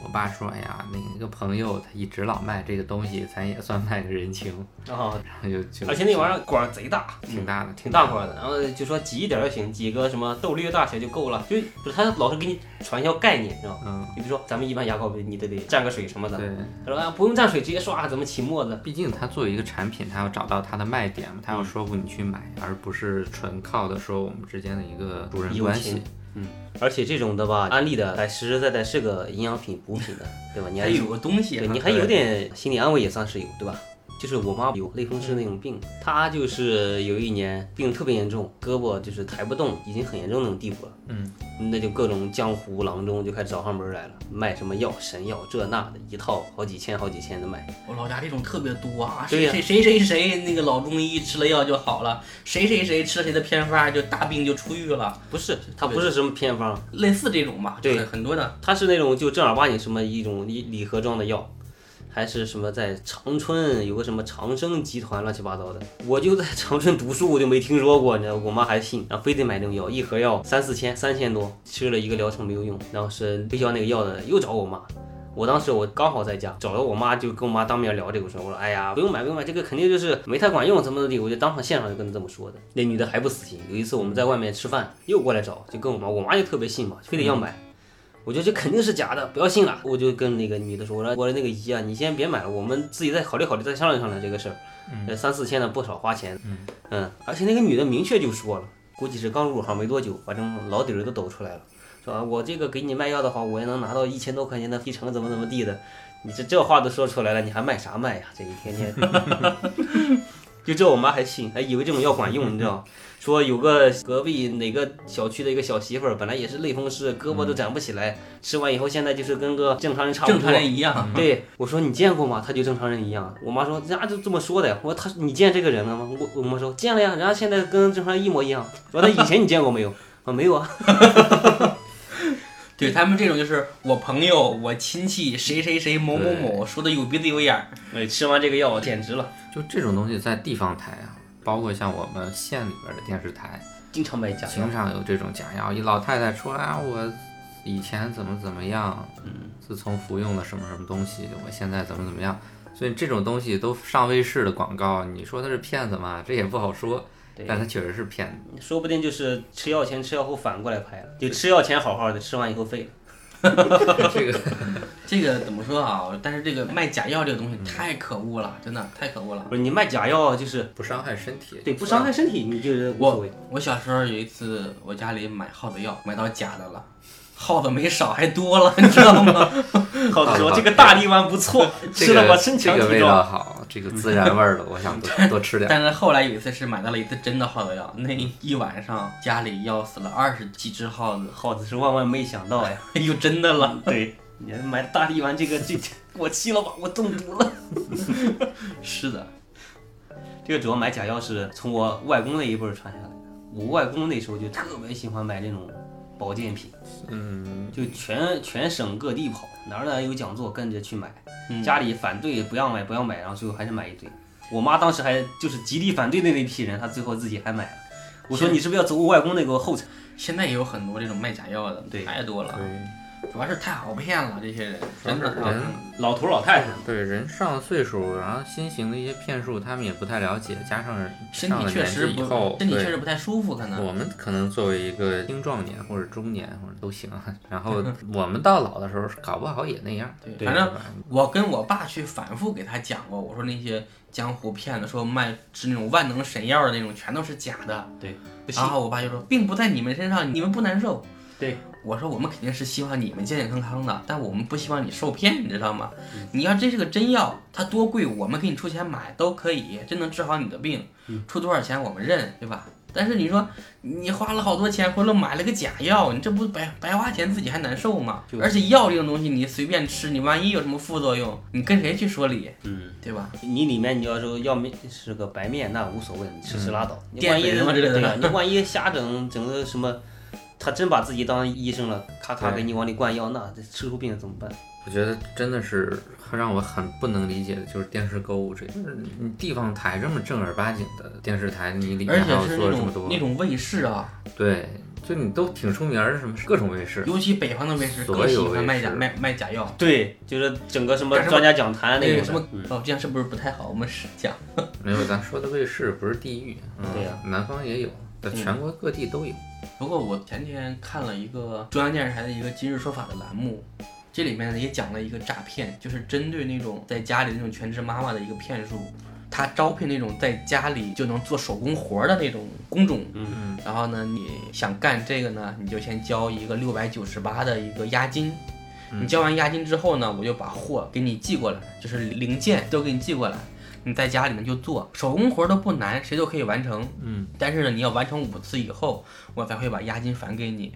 [SPEAKER 2] 我爸说：“哎呀，那个朋友他一直老卖这个东西，咱也算卖个人情。
[SPEAKER 3] 啊”，
[SPEAKER 2] 然后就就
[SPEAKER 3] 而且那玩意儿管儿贼大，
[SPEAKER 2] 挺大的，
[SPEAKER 3] 挺大块的，然后就说挤一点儿就行，挤个什么豆粒大小就够了。就不是他老是给你传销概念，知道吗？
[SPEAKER 2] 嗯，
[SPEAKER 3] 你比如说咱们一般牙膏，你得得蘸个水什么的。
[SPEAKER 2] 对。
[SPEAKER 3] 他说啊，不用蘸水，直接刷，怎么起沫子？
[SPEAKER 2] 毕竟他作为一个产品，他要找到它的卖点嘛，他要说服你去买，而不是纯靠的说我们之间的一个主人关
[SPEAKER 3] 友
[SPEAKER 2] 系
[SPEAKER 3] 情。而且这种的吧，安利的还实实在在是个营养品补品的，对吧？你还
[SPEAKER 4] 还有个东西哈，啊
[SPEAKER 3] 对你还有点心理安慰也算是有，对吧？就是我妈有类风湿那种病，她就是有一年病特别严重，胳膊就是抬不动，已经很严重那种地步了。
[SPEAKER 2] 嗯，
[SPEAKER 3] 那就各种江湖郎中就开始找上门来了，卖什么药神药这那的，一套好几千好几千的卖。
[SPEAKER 4] 我老家这种特别多啊，
[SPEAKER 3] 对
[SPEAKER 4] 谁
[SPEAKER 3] 呀
[SPEAKER 4] 谁谁谁谁那个老中医吃了药就好了，谁谁谁吃了谁的偏方就大病就出狱了，
[SPEAKER 3] 不是，它不是什么偏方，
[SPEAKER 4] 类似这种吧，
[SPEAKER 3] 对
[SPEAKER 4] 就是很多的。
[SPEAKER 3] 它是那种就正儿八经什么一种礼礼盒装的药，还是什么在长春有个什么长生集团乱七八糟的，我就在长春读书，我就没听说过，你知道，我妈还信，然后非得买那种药，一盒药三四千，三千多，吃了一个疗程没有用，然后是推销那个药的又找我妈。我当时我刚好在家，找到我妈就跟我妈当面聊这个事儿。我说：“哎呀，不用买，不用买，这个肯定就是没太管用，怎么怎么地。”我就当场现场就跟她这么说的。那女的还不死心。有一次我们在外面吃饭，又过来找，就跟我妈，我妈就特别信嘛，非得要买。我觉得这肯定是假的，不要信了。我就跟那个女的说，我说我说那个姨啊，你先别买了，我们自己再考虑考虑，再商量商量这个事儿。
[SPEAKER 4] 嗯
[SPEAKER 3] 呃，三四千的不少花钱。嗯而且那个女的明确就说了，估计是刚入行没多久，反正老底儿都抖出来了，说啊，我这个给你卖药的话，我也能拿到一千多块钱的提成，怎么怎么地的。你这这话都说出来了，你还卖啥卖呀？这一天天。 [laughs] 就这，我妈还信，还以为这种药管用，你知道？说有个隔壁哪个小区的一个小媳妇儿，本来也是类风湿，胳膊都展不起来，吃完以后现在就是跟个正常人差不多。
[SPEAKER 4] 嗯正常人一
[SPEAKER 3] [laughs]
[SPEAKER 4] 样，
[SPEAKER 3] 对，我说你见过吗？他就正常人一样。我妈说人家就这么说的。我说他你见这个人了吗？我我妈说见了呀，人家现在跟正常人一模一样。我说他以前你见过没有？ [laughs] 啊，没有啊。
[SPEAKER 4] 对他们这种就是我朋友、我亲戚谁谁谁某某
[SPEAKER 2] 对
[SPEAKER 4] 某说的有鼻子有眼儿，
[SPEAKER 3] 哎，吃完这个药简直了，
[SPEAKER 2] 就这种东西在地方台啊，包括像我们县里边的电视台，
[SPEAKER 3] 经常买假药
[SPEAKER 2] 经。常有这种假药。一老太太说啊，我以前怎么怎么样，
[SPEAKER 3] 嗯
[SPEAKER 2] 自从服用了什么什么东西，我现在怎么怎么样。所以这种东西都上卫视的广告，你说他是骗子嘛？这也不好说，
[SPEAKER 3] 对，
[SPEAKER 2] 但他确实是骗子。
[SPEAKER 3] 说不定就是吃药前吃药后反过来拍了，就吃药前好好的，吃完以后废了。
[SPEAKER 2] 这个
[SPEAKER 4] 这个怎么说啊？但是这个卖假药这个东西太可恶了，真的太可恶了。
[SPEAKER 3] 不是你卖假药就是
[SPEAKER 2] 不伤害身体，
[SPEAKER 3] 对不伤害身体，你就是无所
[SPEAKER 4] 我
[SPEAKER 3] 谓。
[SPEAKER 4] 我小时候有一次，我家里买耗子药，买到假的了，耗子没少，还多了，你知道吗？ [laughs]
[SPEAKER 3] 好
[SPEAKER 2] 好
[SPEAKER 3] 的说
[SPEAKER 2] 好
[SPEAKER 3] 这个大力丸不错，
[SPEAKER 2] 这
[SPEAKER 3] 吃了
[SPEAKER 2] 个
[SPEAKER 3] 吧身强
[SPEAKER 2] 这个
[SPEAKER 3] 体
[SPEAKER 2] 味
[SPEAKER 3] 壮。
[SPEAKER 2] 道好，这个孜然味儿了，我想多多吃点儿。
[SPEAKER 4] 但是后来有一次是买到了一次真的耗子药，那一晚上家里要死了二十几只耗子， [laughs]
[SPEAKER 3] 耗子是万万没想到呀。 [laughs]
[SPEAKER 4] 哎呦，真的了。
[SPEAKER 3] 对，你还买大力丸这个，这这我吸了吧，我中毒了。
[SPEAKER 4] 是的，
[SPEAKER 3] 这个主要买假药是从我外公那一辈儿传下来的。我外公那时候就特别喜欢买这种保健品，
[SPEAKER 2] 嗯，
[SPEAKER 3] 就全全省各地跑，哪儿哪儿有讲座跟着去买。
[SPEAKER 4] 嗯
[SPEAKER 3] 家里反对不要买不要买，然后最后还是买一堆。我妈当时还就是极力反对的那批人，她最后自己还买了。我说
[SPEAKER 4] 是
[SPEAKER 3] 你是不是要走我外公那个后尘？
[SPEAKER 4] 现在也有很多这种卖假药的，
[SPEAKER 3] 对
[SPEAKER 4] 太多了。
[SPEAKER 2] 对。
[SPEAKER 4] 主要是太好骗了，这些人真的
[SPEAKER 2] 主要是人
[SPEAKER 3] 老头老太太，
[SPEAKER 2] [laughs] 对人上了岁数，然后新型的一些骗术，他们也不太了解，加上
[SPEAKER 4] 身
[SPEAKER 2] 上
[SPEAKER 4] 体
[SPEAKER 2] 了
[SPEAKER 4] 确
[SPEAKER 2] 年
[SPEAKER 4] 实
[SPEAKER 2] 纪以
[SPEAKER 4] 不
[SPEAKER 2] 后，，
[SPEAKER 4] 身体
[SPEAKER 2] 对
[SPEAKER 4] 确实不太舒服，可能
[SPEAKER 2] 我们可能作为一个青壮年或者中年或者都行啊，然
[SPEAKER 4] [laughs]
[SPEAKER 2] 后我们到老的时候，搞不好也那样。
[SPEAKER 4] 对
[SPEAKER 2] 对
[SPEAKER 4] 反正
[SPEAKER 2] 吧
[SPEAKER 4] 我跟我爸去反复给他讲过，我说那些江湖骗子说卖是那种万能神药的那种，全都是假的。
[SPEAKER 3] 对，
[SPEAKER 5] 不信
[SPEAKER 4] 然后我爸就说，并不在你们身上，你们不难受。
[SPEAKER 5] 对，
[SPEAKER 4] 我说我们肯定是希望你们健健康康的，但我们不希望你受骗，你知道吗？
[SPEAKER 2] 嗯
[SPEAKER 4] 你要真是个真药，它多贵，我们给你出钱买都可以，真能治好你的病，
[SPEAKER 2] 嗯
[SPEAKER 4] 出多少钱我们认，对吧？但是你说你花了好多钱，回来买了个假药，你这不白白花钱，自己还难受吗？
[SPEAKER 3] 就是
[SPEAKER 4] 而且药这种东西，你随便吃，你万一有什么副作用，你跟谁去说理，
[SPEAKER 3] 嗯，
[SPEAKER 4] 对吧？
[SPEAKER 3] 你里面你要说要面是个白面，那无所谓，你吃吃拉倒。
[SPEAKER 4] 嗯
[SPEAKER 3] 你
[SPEAKER 4] 淀
[SPEAKER 3] 万
[SPEAKER 4] 粉
[SPEAKER 3] 一
[SPEAKER 4] 什么之类的 [laughs]
[SPEAKER 3] 对呀你万一瞎整整个什么，他真把自己当医生了，咔咔
[SPEAKER 2] 对
[SPEAKER 3] 给你往里灌药，那这吃出病了怎么办？
[SPEAKER 2] 我觉得真的是让我很不能理解的，就是电视购物这个，你地方台这么正儿八经的电视台，你里
[SPEAKER 4] 而
[SPEAKER 2] 面还
[SPEAKER 4] 且
[SPEAKER 2] 要
[SPEAKER 4] 是
[SPEAKER 2] 做
[SPEAKER 4] 那
[SPEAKER 2] 这么
[SPEAKER 4] 种
[SPEAKER 2] 多
[SPEAKER 4] 那，种卫视啊，
[SPEAKER 2] 对，就你都挺出名儿的，什么各种卫视，
[SPEAKER 4] 尤其北方的卫视
[SPEAKER 2] 所
[SPEAKER 4] 更喜
[SPEAKER 2] 有
[SPEAKER 4] 欢
[SPEAKER 2] 卫
[SPEAKER 4] 卖假
[SPEAKER 2] 视
[SPEAKER 4] 卖卖假药。
[SPEAKER 3] 对，就是整个什么
[SPEAKER 4] 干什么
[SPEAKER 3] 专家讲坛那
[SPEAKER 4] 那个
[SPEAKER 3] 种的
[SPEAKER 4] 什么
[SPEAKER 3] 嗯，
[SPEAKER 4] 哦，这样是不是不太好？我们是讲
[SPEAKER 2] 没有咱说的卫视不是地域，嗯、
[SPEAKER 3] 对呀嗯
[SPEAKER 2] 南方也有，在全国各地都有。
[SPEAKER 4] 不过我前天看了一个中央电视台的一个《今日说法》的栏目，这里面呢也讲了一个诈骗，就是针对那种在家里那种全职妈妈的一个骗术。他招聘那种在家里就能做手工活儿的那种工种，
[SPEAKER 3] 嗯，
[SPEAKER 4] 然后呢，你想干这个呢，你就先交一个六百九十八的一个押金。
[SPEAKER 3] 嗯
[SPEAKER 4] 你交完押金之后呢，我就把货给你寄过来，就是零件都给你寄过来，你在家里面就做，手工活儿都不难，谁都可以完成。
[SPEAKER 2] 嗯，
[SPEAKER 4] 但是呢，你要完成五次以后，我才会把押金返给你。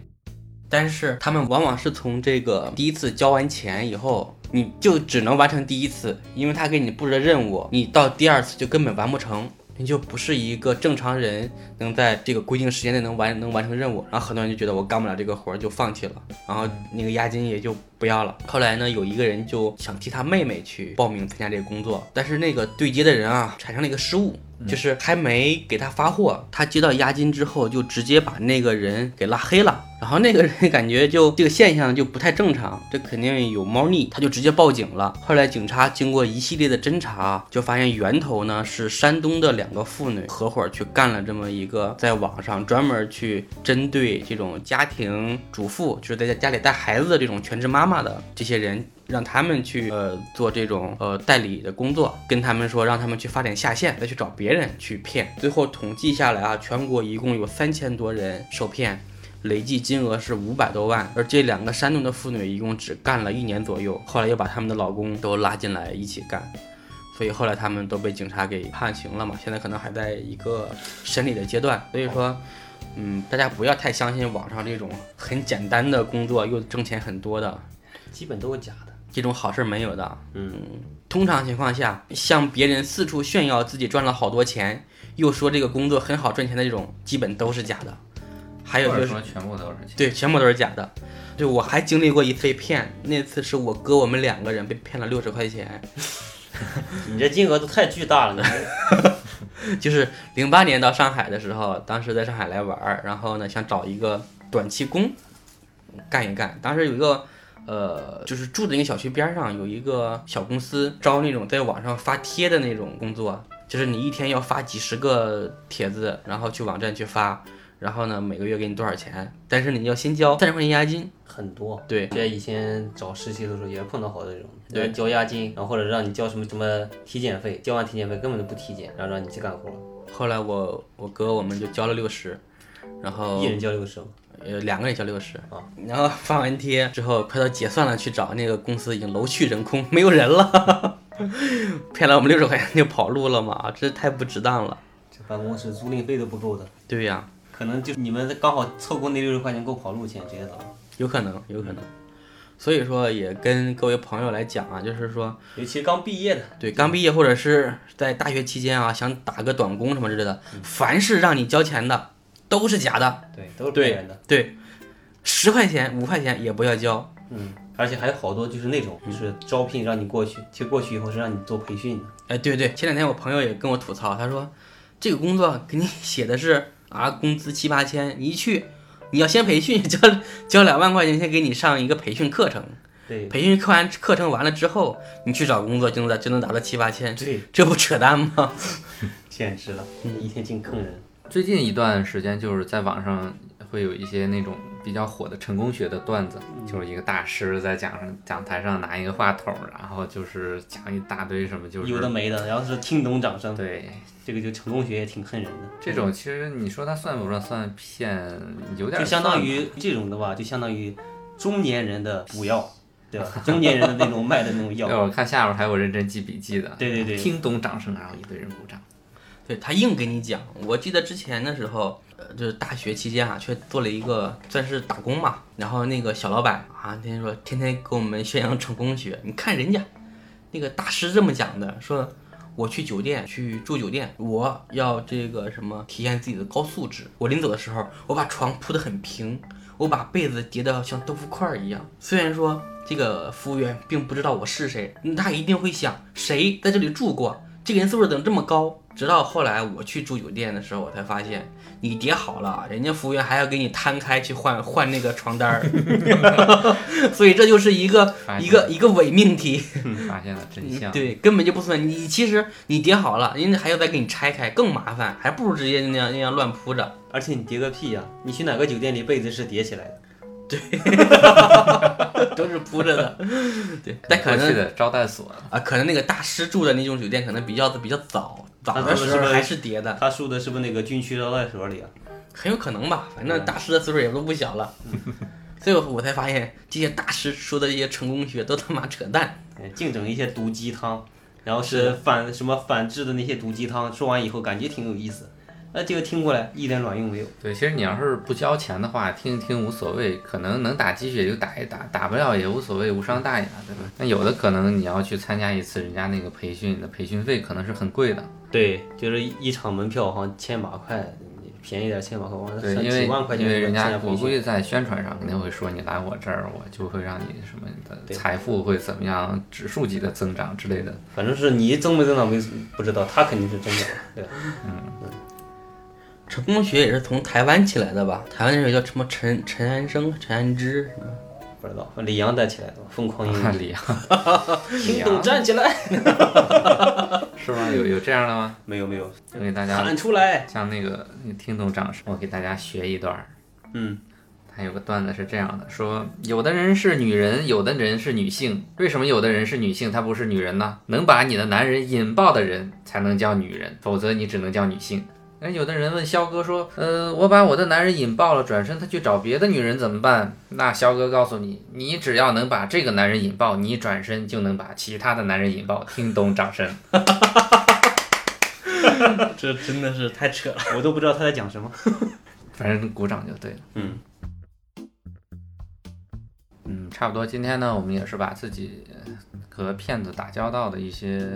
[SPEAKER 4] 但是他们往往是从这个第一次交完钱以后，你就只能完成第一次，因为他给你布置的任务，你到第二次就根本完不成，你就不是一个正常人能在这个规定时间内能完能完成任务。然后很多人就觉得我干不了这个活儿就放弃了，然后那个押金也就不要了。后来呢，有一个人就想替他妹妹去报名参加这个工作，但是那个对接的人啊产生了一个失误，就是还没给他发货，他接到押金之后就直接把那个人给拉黑了。然后那个人感觉就这个现象就不太正常，这肯定有猫腻，他就直接报警了。后来警察经过一系列的侦查，就发现源头呢是山东的两个妇女合伙去干了这么一个在网上专门去针对这种家庭主妇，就是在家家里带孩子的这种全职妈妈的这些人。让他们去呃做这种呃代理的工作，跟他们说让他们去发展下线，再去找别人去骗。最后统计下来啊，全国一共有三千多人受骗，累计金额是五百多万，而这两个山东的妇女一共只干了一年左右，后来又把他们的老公都拉进来一起干，所以后来他们都被警察给判刑了嘛，现在可能还在一个审理的阶段，所以说。嗯，大家不要太相信网上这种很简单的工作又挣钱很多的，
[SPEAKER 3] 基本都是假的。
[SPEAKER 4] 这种好事没有的。
[SPEAKER 3] 嗯，
[SPEAKER 4] 通常情况下，向别人四处炫耀自己赚了好多钱，又说这个工作很好赚钱的这种，基本都是假的。还有
[SPEAKER 2] 或
[SPEAKER 4] 就
[SPEAKER 2] 者
[SPEAKER 4] 是
[SPEAKER 2] 说，全部都是钱。
[SPEAKER 4] 对，全部都是假的。对，我还经历过一次被骗，那次是我哥我们两个人被骗了六十块钱，
[SPEAKER 3] [laughs] 你这金额都太巨大了，你
[SPEAKER 4] [laughs]
[SPEAKER 3] 这
[SPEAKER 4] 就是零八年到上海的时候，当时在上海来玩儿，然后呢想找一个短期工干一干。当时有一个呃，就是住的那个小区边儿上有一个小公司招那种在网上发帖的那种工作，就是你一天要发几十个帖子，然后去网站去发，然后呢每个月给你多少钱，但是你要先交三十块钱押金。
[SPEAKER 3] [laughs] 很多。
[SPEAKER 4] 对，
[SPEAKER 3] 这以前找实习的时候也碰到好多这种，
[SPEAKER 4] 对
[SPEAKER 3] 让你交押金，然后或者让你交什么什么体检费，交完体检费根本就不体检，然后让你去干活，
[SPEAKER 4] 后来我我哥我们就交了六十，然后
[SPEAKER 3] 一人交六十嘛。
[SPEAKER 4] 呃两个人交六十
[SPEAKER 3] 啊，
[SPEAKER 4] 然后发完贴之后快到结算了，去找那个公司已经楼去人空，没有人了。 [laughs] 骗了我们六十块钱就跑路了嘛，这太不值当了。
[SPEAKER 3] 这办公室租赁费都不够的，
[SPEAKER 4] 对呀、
[SPEAKER 3] 可能就你们刚好凑够那六十块钱够跑路钱，直接走。
[SPEAKER 4] 有可能，有可能。所以说，也跟各位朋友来讲啊，就是说，
[SPEAKER 3] 尤其是刚毕业的，
[SPEAKER 4] 对刚毕业或者是在大学期间啊，想打个短工什么之类的，
[SPEAKER 3] 嗯
[SPEAKER 4] 凡是让你交钱的都是假的，
[SPEAKER 3] 对，都是骗人的。
[SPEAKER 4] 对，十块钱、五块钱也不要交，
[SPEAKER 3] 嗯，而且还有好多就是那种，就是招聘让你过去，其实过去以后是让你做培训的。
[SPEAKER 4] 哎，对对，前两天我朋友也跟我吐槽，他说这个工作给你写的是啊，工资七八千，你一去，你要先培训， [laughs] 交交两万块钱，先给你上一个培训课程，
[SPEAKER 3] 对
[SPEAKER 4] 培训课完课程完了之后，你去找工作就能达就能达到七八千，
[SPEAKER 3] 对，
[SPEAKER 4] 这不扯淡吗？ [laughs]
[SPEAKER 3] 简直了，一天净坑人。
[SPEAKER 2] 最近一段时间，就是在网上会有一些那种比较火的成功学的段子，
[SPEAKER 3] 嗯
[SPEAKER 2] 就是一个大师在讲上讲台上拿一个话筒，然后就是讲一大堆什么，就
[SPEAKER 3] 有
[SPEAKER 2] 是
[SPEAKER 3] 的没的，然后是听懂掌声，
[SPEAKER 2] 对
[SPEAKER 3] 这个就成功学也挺恨人的。
[SPEAKER 2] 这种，其实你说他算不算算骗，有点
[SPEAKER 3] 就相当
[SPEAKER 2] 算
[SPEAKER 3] 于这种的吧，就相当于中年人的补药，对吧？中年人的那种卖的那种
[SPEAKER 2] 对，
[SPEAKER 3] 药，
[SPEAKER 2] 哎我看下边 [laughs] 还有认真记笔记的，
[SPEAKER 3] 对对对
[SPEAKER 2] 听懂掌声，然后一堆人鼓掌。
[SPEAKER 3] [laughs]
[SPEAKER 4] 对他硬给你讲。我记得之前的时候，呃，就是大学期间啊，去做了一个算是打工嘛。然后那个小老板啊，天天说，天天给我们宣扬成功学。你看人家那个大师这么讲的，说我去酒店去住酒店，我要这个什么体验自己的高素质。我临走的时候，我把床铺得很平，我把被子叠得像豆腐块儿一样。虽然说这个服务员并不知道我是谁，他一定会想谁在这里住过，这个人素质怎么这么高？直到后来我去住酒店的时候，我才发现你叠好了，人家服务员还要给你摊开去换换那个床单儿， [laughs] 所以这就是一个
[SPEAKER 2] 发现
[SPEAKER 4] 一个一个伪命题。
[SPEAKER 2] 发现了真
[SPEAKER 3] 嗯
[SPEAKER 2] 相。
[SPEAKER 4] 嗯对，根本就不存在。你其实你叠好了，人家还要再给你拆开，更麻烦，还不如直接那样那样乱铺着。 [laughs]
[SPEAKER 3] 而且你叠个屁呀、你去哪个酒店里被子是叠起来的？
[SPEAKER 4] 都是铺着的。对，但可
[SPEAKER 2] 过去
[SPEAKER 4] 能
[SPEAKER 2] 的招待所，
[SPEAKER 4] 啊，可能那个大师住的那种酒店可能比较的比较早，早
[SPEAKER 3] 那
[SPEAKER 4] 的
[SPEAKER 3] 咱们
[SPEAKER 4] 时
[SPEAKER 3] 是不
[SPEAKER 4] 候
[SPEAKER 3] 是
[SPEAKER 4] 还是叠的，
[SPEAKER 3] 他住的是不是那个军区招待所里啊？
[SPEAKER 4] 很有可能吧。反正大师的岁数也都不小了， [laughs] 所以我才发现这些大师说的这些成功学都他妈扯淡。
[SPEAKER 3] 哎净整一些毒鸡汤，然后是反什么反制的那些毒鸡汤，说完以后感觉挺有意思，那这个听过来一点卵用没有。
[SPEAKER 2] 对，其实你要是不交钱的话，听一听无所谓，可能能打鸡血就打一打，打不了也无所谓，无伤大雅，对吧？那有的可能你要去参加一次人家那个培训，你的培训费可能是很贵的，
[SPEAKER 3] 对，就是一场门票好像千把块，你便宜点千把块，完了
[SPEAKER 2] 对，
[SPEAKER 3] 上
[SPEAKER 2] 因
[SPEAKER 3] 几
[SPEAKER 2] 为
[SPEAKER 3] 万块钱
[SPEAKER 2] 因为人
[SPEAKER 3] 参加
[SPEAKER 2] 家
[SPEAKER 3] 培
[SPEAKER 2] 我
[SPEAKER 3] 训
[SPEAKER 2] 估计在宣传上肯定会说你来我这儿，我就会让你什么你的
[SPEAKER 3] 对
[SPEAKER 2] 财富会怎么样，指数级的增长之类的。
[SPEAKER 3] 反正是你增没增长没不知道，他肯定是增长的，对吧？
[SPEAKER 4] 成功学也是从台湾起来的吧？台湾那时候叫什么陈陈安生、陈安之什么
[SPEAKER 3] 不知道，李阳带起来的吧疯
[SPEAKER 2] [laughs]
[SPEAKER 3] 狂英
[SPEAKER 2] 看
[SPEAKER 3] 语，
[SPEAKER 2] 李阳
[SPEAKER 3] 听懂站起来。
[SPEAKER 2] 是吗？有有这样的吗？
[SPEAKER 3] [laughs] 没有没有，
[SPEAKER 2] 我给大家
[SPEAKER 3] 喊出来。
[SPEAKER 2] 像那个你听懂掌声，我给大家学一段儿。
[SPEAKER 3] 嗯，
[SPEAKER 2] 还有个段子是这样的，说有的人是女人，有的人是女性，为什么有的人是女性，她不是女人呢？能把你的男人引爆的人才能叫女人，否则你只能叫女性。那有的人问肖哥说，呃，我把我的男人引爆了，转身他去找别的女人怎么办？那肖哥告诉你，你只要能把这个男人引爆，你转身就能把其他的男人引爆。听懂掌声。
[SPEAKER 4] 的，这真的是太扯了。
[SPEAKER 3] 我都不知道他在讲什么。
[SPEAKER 2] 反正鼓掌就对了。
[SPEAKER 3] 嗯
[SPEAKER 2] 嗯，差不多。今天呢，我们也是把自己和骗子打交道的一些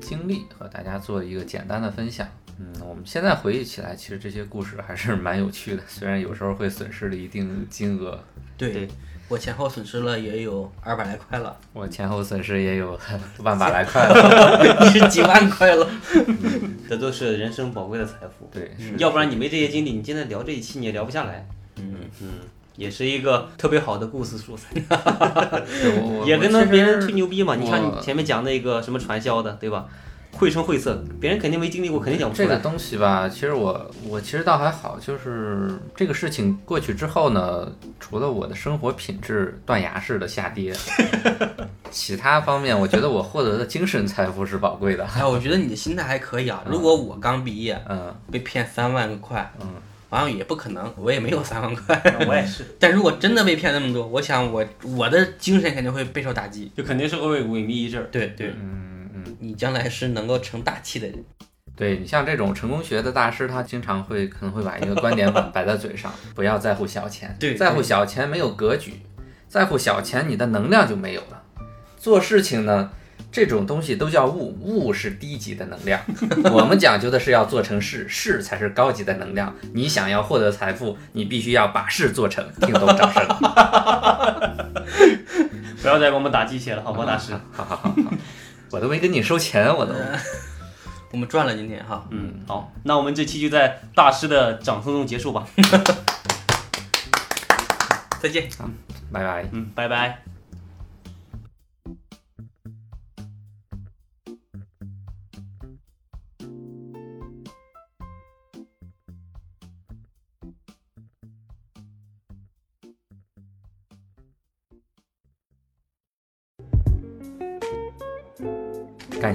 [SPEAKER 2] 经历和大家做一个简单的分享。嗯，我们现在回忆起来，其实这些故事还是蛮有趣的，虽然有时候会损失了一定金额，
[SPEAKER 4] 对
[SPEAKER 3] 对
[SPEAKER 4] 我前后损失了也有二百来块了，
[SPEAKER 2] 我前后损失也有万把来块了。
[SPEAKER 4] 是几万块了。
[SPEAKER 3] 嗯这都是人生宝贵的财
[SPEAKER 2] [laughs]
[SPEAKER 3] 富，
[SPEAKER 2] 对，是
[SPEAKER 3] 要不然你没这些经历，你今天聊这一期你也聊不下来。嗯嗯，也是一个特别好的故事素材，
[SPEAKER 2] 是我我
[SPEAKER 3] 也
[SPEAKER 2] 我
[SPEAKER 3] 跟
[SPEAKER 2] 其
[SPEAKER 3] 着
[SPEAKER 2] 实
[SPEAKER 3] 别人吹牛逼嘛。你像
[SPEAKER 2] 我
[SPEAKER 3] 你前面讲那个什么传销的，对吧？绘声绘色，别人肯定没经历过，肯定讲不出
[SPEAKER 2] 哎这个
[SPEAKER 3] 来。
[SPEAKER 2] 东西吧，其实我我其实倒还好，就是这个事情过去之后呢，除了我的生活品质断崖式的下跌， [laughs] 其他方面我觉得我获得的精神财富是宝贵的。
[SPEAKER 4] [laughs] 哎，我觉得你的心态还可以啊。如果我刚毕业
[SPEAKER 2] 嗯，
[SPEAKER 4] 被骗三万块，
[SPEAKER 2] 嗯，
[SPEAKER 4] 完了也不可能，我也没有三万块。 [laughs]
[SPEAKER 3] [laughs] 我也是，
[SPEAKER 4] 但如果真的被骗那么多，我想我我的精神肯定会备受打击。
[SPEAKER 3] 就肯定是会萎靡一阵儿。
[SPEAKER 4] 对对，
[SPEAKER 6] 你将来是能够成大器的人。
[SPEAKER 2] 对你像这种成功学的大师，他经常会可能会把一个观点摆 [laughs] 摆在嘴上，不要在乎小钱，
[SPEAKER 6] 对
[SPEAKER 2] 在乎小钱没有格局，在乎小钱你的能量就没有了。做事情呢，这种东西都叫物，物是低级的能
[SPEAKER 6] [laughs]
[SPEAKER 2] 量，我们讲究的是要做成事，事才是高级的能量。你想要获得财富，你必须要把事做成。听懂掌声。
[SPEAKER 3] 不要再给我们打鸡血了，好吧，大师。
[SPEAKER 2] 好好好好， [laughs] 我都没跟你收钱，我都。
[SPEAKER 6] 嗯我们赚了今天哈，
[SPEAKER 3] 嗯，好，那我们这期就在大师的掌声中结束吧。
[SPEAKER 6] 再见。
[SPEAKER 2] 拜拜。
[SPEAKER 3] 嗯，拜拜。
[SPEAKER 2] 感